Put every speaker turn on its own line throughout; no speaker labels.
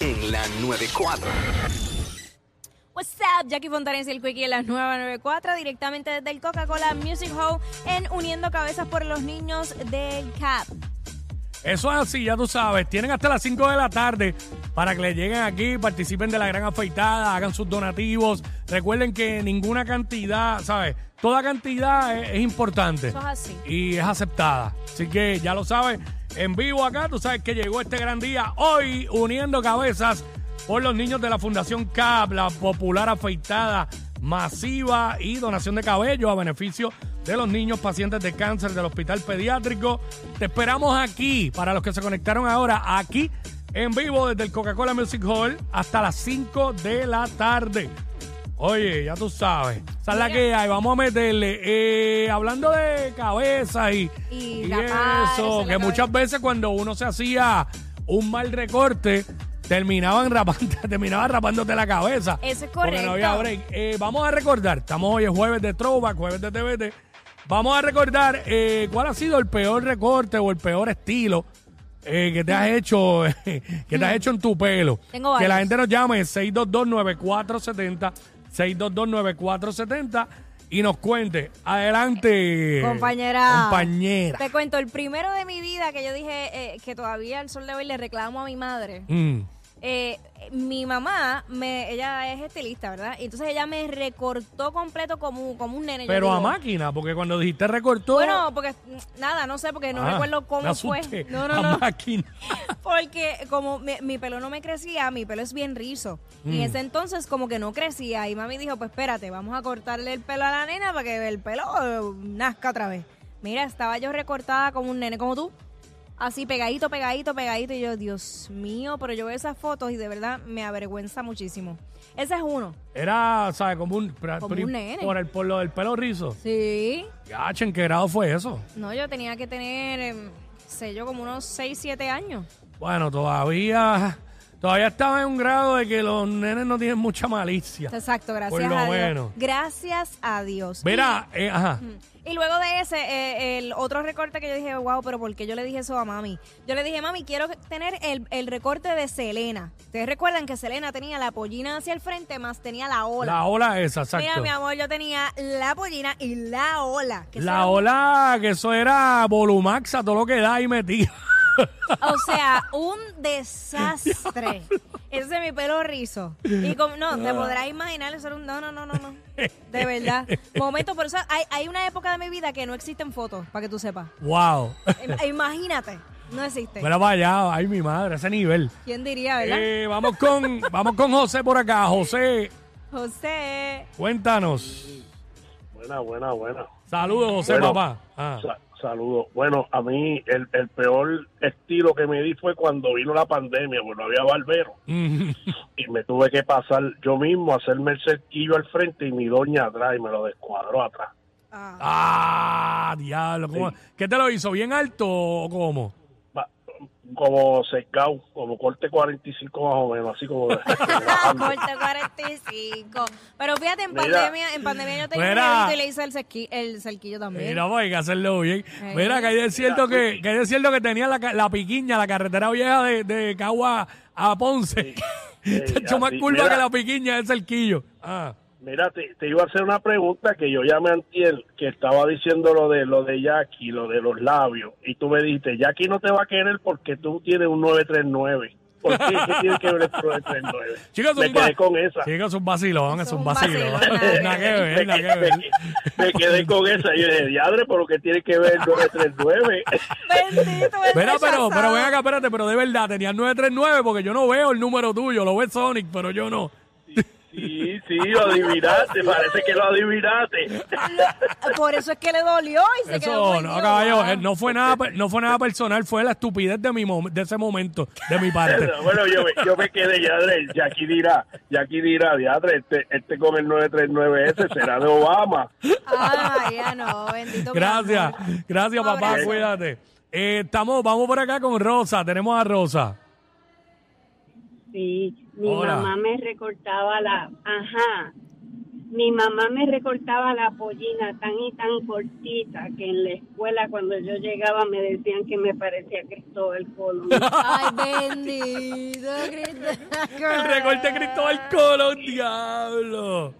en la 94.
What's up, Jackie Fontanes y el Quickie en las 994, directamente desde el Coca-Cola Music Hall en Uniendo Cabezas por los Niños del CAP.
Eso es así, ya tú sabes. Tienen hasta las 5 de la tarde para que le lleguen aquí, participen de la gran afeitada, hagan sus donativos. Recuerden que ninguna cantidad, ¿sabes? Toda cantidad es, es importante.
Eso es así.
Y es aceptada. Así que ya lo sabes, en vivo acá, tú sabes que llegó este gran día hoy uniendo cabezas por los niños de la Fundación CAP, la popular afeitada masiva y donación de cabello a beneficio de los niños pacientes de cáncer del hospital pediátrico. Te esperamos aquí, para los que se conectaron ahora, aquí en vivo desde el Coca-Cola Music Hall hasta las 5 de la tarde. Oye, ya tú sabes, esa es la que hay, vamos a meterle. Eh, hablando de cabeza y,
Y
y
raparse
eso,
la
que muchas veces cuando uno se hacía un mal recorte, terminaban rapando, terminaban rapándote la cabeza.
Eso es
Porque no había
correcto.
break. Eh, vamos a recordar, estamos hoy es jueves de Throwback, jueves de TVT. Vamos a recordar eh, cuál ha sido el peor recorte o el peor estilo eh, que te has hecho que te has hecho en tu pelo.
Tengo
que
varios.
la gente nos llame 6229470, 6229470 y nos cuente. Adelante.
Compañera.
Eh, Compañera.
Te cuento, el primero de mi vida que yo dije eh, que todavía al sol de hoy le reclamo a mi madre.
Mm.
Eh, mi mamá, me, ella es estilista, ¿verdad? Y entonces ella me recortó completo como, como un nene. Yo
Pero a
digo,
máquina, porque cuando dijiste recortó.
Bueno, porque mm, nada, no sé, porque no
Ah,
recuerdo
me
cómo fue.
asusté.
No, no,
a
no.
máquina.
Porque como mi, mi pelo no me crecía, mi pelo es bien rizo. Y
Mm.
en ese entonces como que no crecía. Y mami dijo, pues espérate, vamos a cortarle el pelo a la nena para que el pelo eh, nazca otra vez. Mira, estaba yo recortada como un nene, como tú. Así pegadito, pegadito, pegadito. Y yo, Dios mío, pero yo veo esas fotos y de verdad me avergüenza muchísimo. Ese es uno.
Era, ¿sabes? Como un.
Como un nene.
Por, el, por lo del pelo rizo.
Sí.
Gacho, ¿en qué grado fue eso?
No, yo tenía que tener, em, sé yo, como unos 6, 7 años.
Bueno, todavía. Todavía estaba en un grado de que los nenes no tienen mucha malicia.
Exacto, gracias
Por lo
a Dios.
menos.
Gracias a Dios.
Mira, eh, ajá.
Y luego de ese, eh, el otro recorte que yo dije, wow, pero ¿por qué yo le dije eso a mami? Yo le dije, mami, quiero tener el, el recorte de Selena. Ustedes recuerdan que Selena tenía la pollina hacia el frente, más tenía la ola.
La ola esa, exacto.
Mira, mi amor, yo tenía la pollina y la ola. que
la
son-
ola, que eso era Volumax a todo lo que da y metía.
O sea, un desastre. Ese es mi pelo rizo. Y como, no,
Ah.
te podrás imaginar, eso era un- no, no, no, no, no. De verdad. Momento, por eso hay, hay una época de mi vida que no existen fotos, para que tú sepas.
wow.
Im- Imagínate, no existe.
Mira para allá, ay mi madre, ese nivel.
¿Quién diría, verdad?
Eh, vamos con, vamos con José por acá. José,
José.
cuéntanos.
Buena, buena, buena.
Saludos, José,
Bueno.
papá. Ah.
Sa- Saludos. Bueno, a mí el, el peor estilo que me di fue cuando vino la pandemia, pues no había barbero.
Mm.
Y me tuve que pasar yo mismo, hacerme el cerquillo al frente y mi doña atrás y me lo descuadró atrás.
Ah,
Ah, diablo. ¿cómo-
Sí.
¿Qué te lo hizo? ¿Bien alto o cómo?
Va- Como secado, como corte 45 más o menos, así como... de-
Ah, corte 45. Pero fíjate, en
Ah, Mira.
pandemia, en pandemia yo tenía
Mira.
un evento y le hice el, cerqui- el cerquillo también.
Mira, pues hay que hacerlo bien.
Ay.
Mira, que es cierto que, que es cierto que tenía la, ca- la piquiña, la carretera vieja de, de Cagua a Ponce. Se echó más
así,
curva
mira.
que la piquiña del cerquillo. Ah.
Mira, te, te iba a hacer una pregunta que yo llamé antier, que estaba diciendo lo de lo de Jackie, lo de los labios, y tú me dijiste, Jackie no te va a querer porque tú tienes un 939. ¿Por qué? ¿Qué tiene que ver el 939?
Chicos,
eh. me
un va-
quedé con esa.
Chicos, es un vacilón, es
Eso
un
es un
vacilón.
vacilón.
Nada que ver,
me,
nada que ver.
me- me quedé con esa. Yo dije, diadre, pero ¿qué tiene que ver el 939?
Bendito, el
Mira, pero,
rechazado.
pero ven acá, espérate, pero de verdad, tenía el 939 porque yo no veo el número tuyo, lo ve Sonic, pero yo no.
Sí, sí, lo adivinaste, parece que lo adivinaste.
Por eso es que le dolió y se quedó
Eso, no,
prendido.
caballo,
Ah.
eh, no fue nada, per- no fue nada personal, fue la estupidez de mi mom- de ese momento, de mi parte.
Bueno, yo, me- yo me quedé ya, Andrés, Jackie dirá, Jackie dirá, diadre, este, este con el 939S será de Obama.
Ah, ya no, bendito. mi
Gracias,
amor.
gracias
No,
papá,
gracias.
cuídate. Eh, estamos, vamos por acá con Rosa, tenemos a Rosa.
Sí, mi
Hola.
mamá me recortaba la, ajá, mi mamá me recortaba la pollina tan y tan cortita que en la escuela cuando yo llegaba me decían que me parecía a Cristóbal Colón.
Ay, bendito Cristóbal.
El recorte Cristóbal Colón, diablo.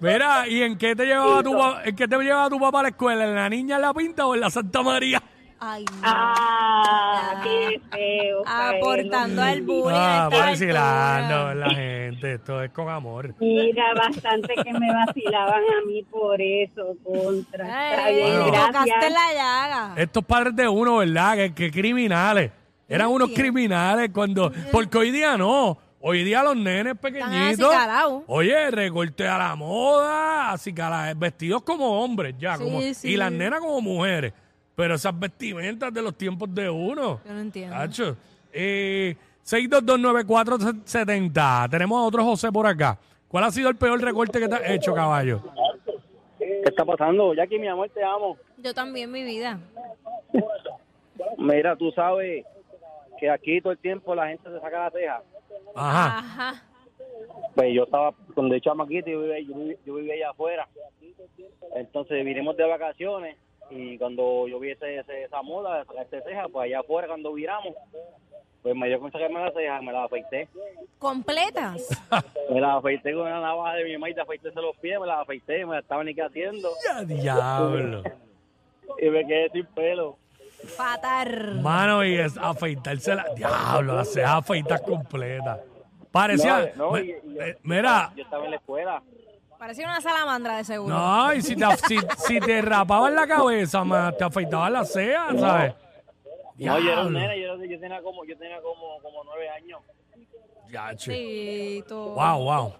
Mira, ¿y en qué te llevaba tu papá, en qué te llevaba tu papá a la escuela? ¿En la niña en la pinta o en la Santa María?
Ay, no.
Ah, qué feo.
Aportando al
Carlos.
bullying. a
Ah,
esta
por vacilando,
altura.
la gente, esto es con amor.
Mira, bastante que me vacilaban a mí por eso, contra. Está
Ey,
bien,
Bueno.
tocaste
gracias.
la llaga.
Estos padres de uno, ¿verdad? Que, que criminales. Eran unos criminales cuando. Porque hoy día no. Hoy día los nenes pequeñitos.
acicalados.
Oye, recorte a la moda, así vestidos como hombres ya.
Sí,
como,
sí.
Y las nenas como mujeres. Pero esas vestimentas de los tiempos de uno.
Yo no entiendo.
Tacho. Eh, 6229470. Tenemos a otro José por acá. ¿Cuál ha sido el peor recorte que te has hecho, caballo?
¿Qué está pasando? Jackie, mi amor, te amo.
Yo también, mi vida.
Mira, tú sabes que aquí todo el tiempo la gente se saca la ceja.
Ajá.
Ajá.
Pues yo estaba cuando yo chamaquito, yo vivía, yo vivía- yo vivía allá afuera. Entonces vinimos de vacaciones y cuando yo vi ese- ese- esa moda de sacarse ceja, pues allá afuera cuando viramos, pues me dio con sacarme la ceja, me la afeité.
Completas.
Me la afeité con una navaja de mi mamá y te afeité los pies, me la afeité, me la estaba ni que haciendo
Ya, diablo.
y me quedé sin pelo.
Fatar.
Mano, y es afeitarse la. Diablo, las cejas afeitas completas. Parecía.
No, no,
ah, me-
y- y-
eh, mira.
Yo estaba en la escuela.
Parecía una salamandra de seguro.
No, y si te, si, si te rapaban la cabeza, ma, te afeitaban las cejas, ¿sabes?
No, yo era un
Diablo.
nene, yo, era- yo tenía como, yo tenía como, como nueve años.
Yache.
Bendito.
Wow, wow.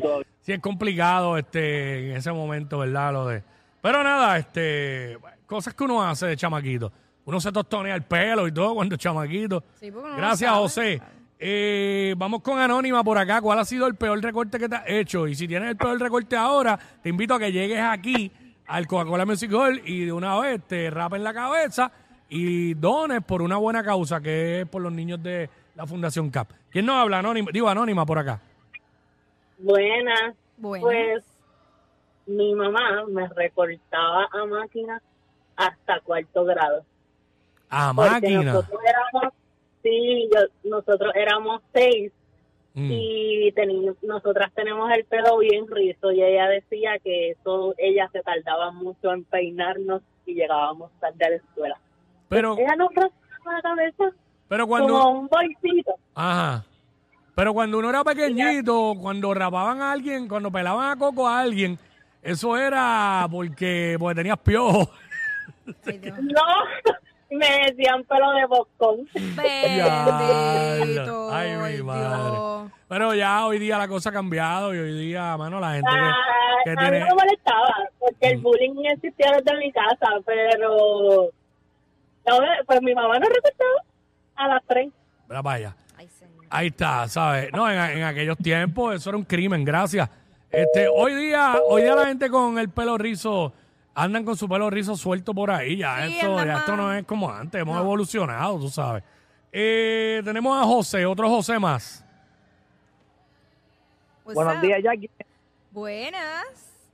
todavía.
sí, es complicado este, en ese momento, ¿verdad? Lo de... Pero nada, este, cosas que uno hace de chamaquito. Uno se tostonea el pelo y todo cuando es chamaquito.
Sí, porque uno no
Gracias,
sabe.
José. Eh, vamos con Anónima por acá. ¿Cuál ha sido el peor recorte que te has hecho? Y si tienes el peor recorte ahora, te invito a que llegues aquí al Coca-Cola Music Hall y de una vez te rapen la cabeza y dones por una buena causa que es por los niños de la Fundación CAP. ¿Quién nos habla? Anónima. Digo, Anónima por acá.
Buenas.
Bueno.
Pues mi mamá me recortaba a máquina hasta cuarto grado.
A
Porque
Ah, máquina.
Nosotros éramos, sí, yo- nosotros éramos seis
Mm.
y teníamos, nosotras tenemos el pelo bien rizo y ella decía que eso, ella se tardaba mucho en peinarnos y llegábamos tarde a la escuela.
Pero,
Ella nos raspaba la cabeza
pero
como
cuando.
un bolsito.
Ajá. Pero cuando uno era pequeñito, cuando rapaban a alguien, cuando pelaban a coco a alguien, eso era porque, porque tenías piojo.
Ay, Dios.
No, me decían pelo de bocón.
Bendito.
Ay, mi madre.
Dios.
Pero ya hoy día la cosa ha cambiado y hoy día, mano, la gente
Ah,
que, que
a mí
tiene. Mm.
no me molestaba, porque el bullying existía desde mi casa, pero no me- pues mi mamá nos recortaba a las tres.
Mira, vaya.
Ay, señor.
Ahí está, ¿sabes? No, en, en aquellos tiempos eso era un crimen, gracias. Este, hoy día, hoy día la gente con el pelo rizo andan con su pelo rizo suelto por ahí, ya
Sí,
eso,
andan
ya esto
más-
no es como antes, hemos evolucionado, tú sabes. Eh, tenemos a José, otro José más.
What's
Buenos
up?
días, Jackie.
Pues, Buenas.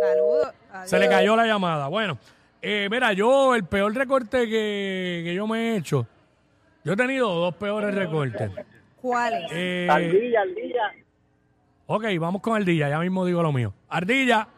Saludos.
Se le cayó la llamada. Bueno, eh, mira, yo el peor recorte que, que yo me he hecho, yo he tenido dos peores recortes.
¿Cuáles?
Eh,
Ardilla, ardilla.
Ok, vamos con Ardilla, ya mismo digo lo mío. Ardilla.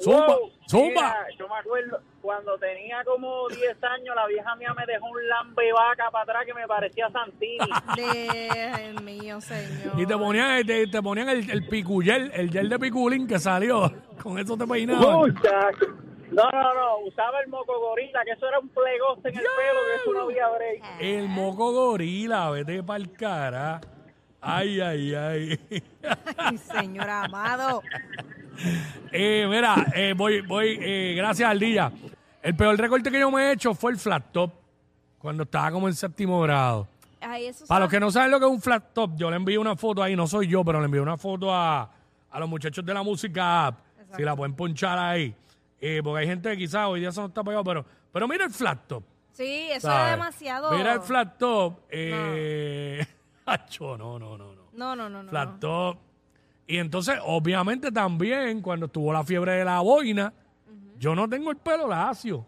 Zumba,
Wow,
zumba.
mira, yo me acuerdo cuando tenía como 10 años, la vieja mía me dejó un lambe vaca para atrás que me parecía Santini.
Dios mío, señor.
Eh. Y te ponían, el- te, te ponían el, el picuyel, el gel de piculín que salió. Con eso te peinaban.
Muchacho. No, no, no, usaba el moco gorila, que eso era un plegoste en el pelo, que eso no había break.
El moco gorila, vete pa'l cara. Ay, ay, ay.
Ay, señor amado.
Eh, mira, eh, voy, voy, eh, gracias al día. El peor recorte que yo me he hecho fue el flat top, cuando estaba como en séptimo grado.
Ay, eso
Para los
sabe-
que no saben lo que es un flat top, yo le envío una foto ahí, no soy yo, pero le envío una foto a, a los muchachos de la música app, si la pueden ponchar ahí. Eh, porque hay gente que quizás hoy día eso no está pegado, pero, pero mira el flat top.
Sí, eso
¿sabes?
era demasiado.
Mira el flat top. Eh, acho, no, no, no, no.
No, no, no, no.
Flat
no.
top. Y entonces, obviamente, también cuando estuvo la fiebre de la boina, yo no tengo el pelo lacio.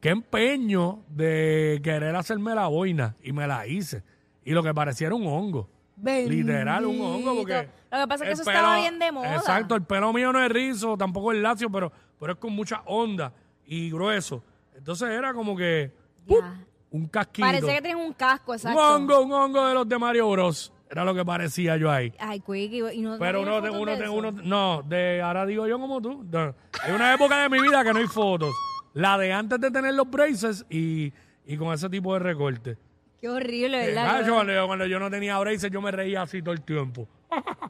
Qué empeño de querer hacerme la boina. Y me la hice. Y lo que parecía era un hongo. Literal, un hongo. Porque
Bendito. Lo que pasa es que
el
eso estaba bien de moda.
Exacto, el pelo mío no es rizo, tampoco es lacio, pero, pero es con mucha onda y grueso. Entonces era como que ¡pup!
Ya.
un casquito.
Parece que tienes un casco,
un
exacto.
hongo, un hongo de los de Mario Bros. Era lo que parecía yo ahí.
Ay, Quickie, y no
Pero
no
uno,
tienes
te-
fotos
uno,
de
te-
eso?
uno, no, de ahora digo yo como tú. No. Hay una época de mi vida que no hay fotos. La de antes de tener los braces y, y con ese tipo de recorte.
Qué horrible,
Eh,
¿verdad?
macho, cuando, yo, cuando yo no tenía braces, yo me reía así todo el tiempo.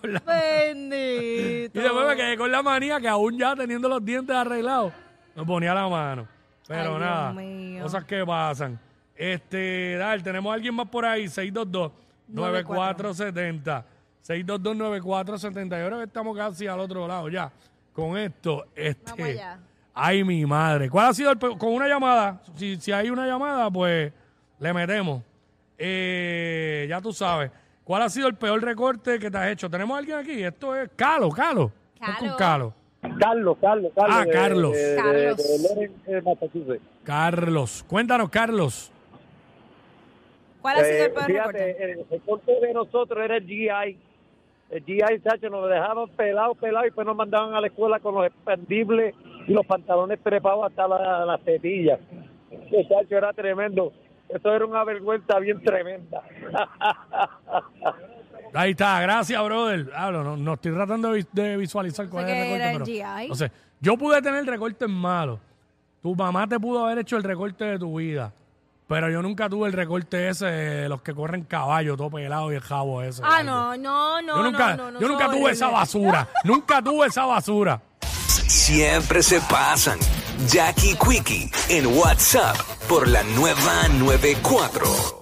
Con la-
Bendito.
y después me quedé con la manía que aún ya teniendo los dientes arreglados, me ponía la mano.
Ay,
Pero
Dios
nada,
mío.
cosas que pasan. Este, dale, tenemos a alguien más por ahí, 622-9470. 622-9470. Y ahora que estamos casi al otro lado ya. Con esto, este.
Vamos allá.
Ay, mi madre. ¿Cuál ha sido el peor? Con una llamada. Si, si hay una llamada, pues le metemos. Eh, ya tú sabes. ¿Cuál ha sido el peor recorte que te has hecho? Tenemos a alguien aquí. Esto es Calo, Calo. No es con Calo.
Carlos, Carlos, Carlos.
Ah, Carlos.
de- de-
Carlos.
de Loren, eh, Massachusetts.
Carlos. Cuéntanos, Carlos.
¿Cuál ha sido
Eh,
el peor
fíjate, eh,
recorte?
el recorte de nosotros era el GI. El GI, Sacho, nos dejaban pelado, pelado y pues nos mandaban a la escuela con los expandibles y los pantalones trepados hasta la- las tetillas. Ese Sacho era tremendo. Eso era una vergüenza bien tremenda.
Ahí está, gracias, brother. Hablo, no, no estoy tratando de, vi- de visualizar cuál
sé
es
qué
el recorte,
era el
pero.
GI.
no sé. yo pude tener recortes malos. Tu mamá te pudo haber hecho el recorte de tu vida. Pero yo nunca tuve el recorte ese de los que corren caballo, todo pelado y el jabo ese.
Ah,
algo.
no, no, no.
yo nunca,
no, no, no,
yo nunca
eso es
tuve esa
horrible.
basura. nunca tuve esa basura.
Siempre se pasan. Jackie Quickie en WhatsApp por la nueva 94.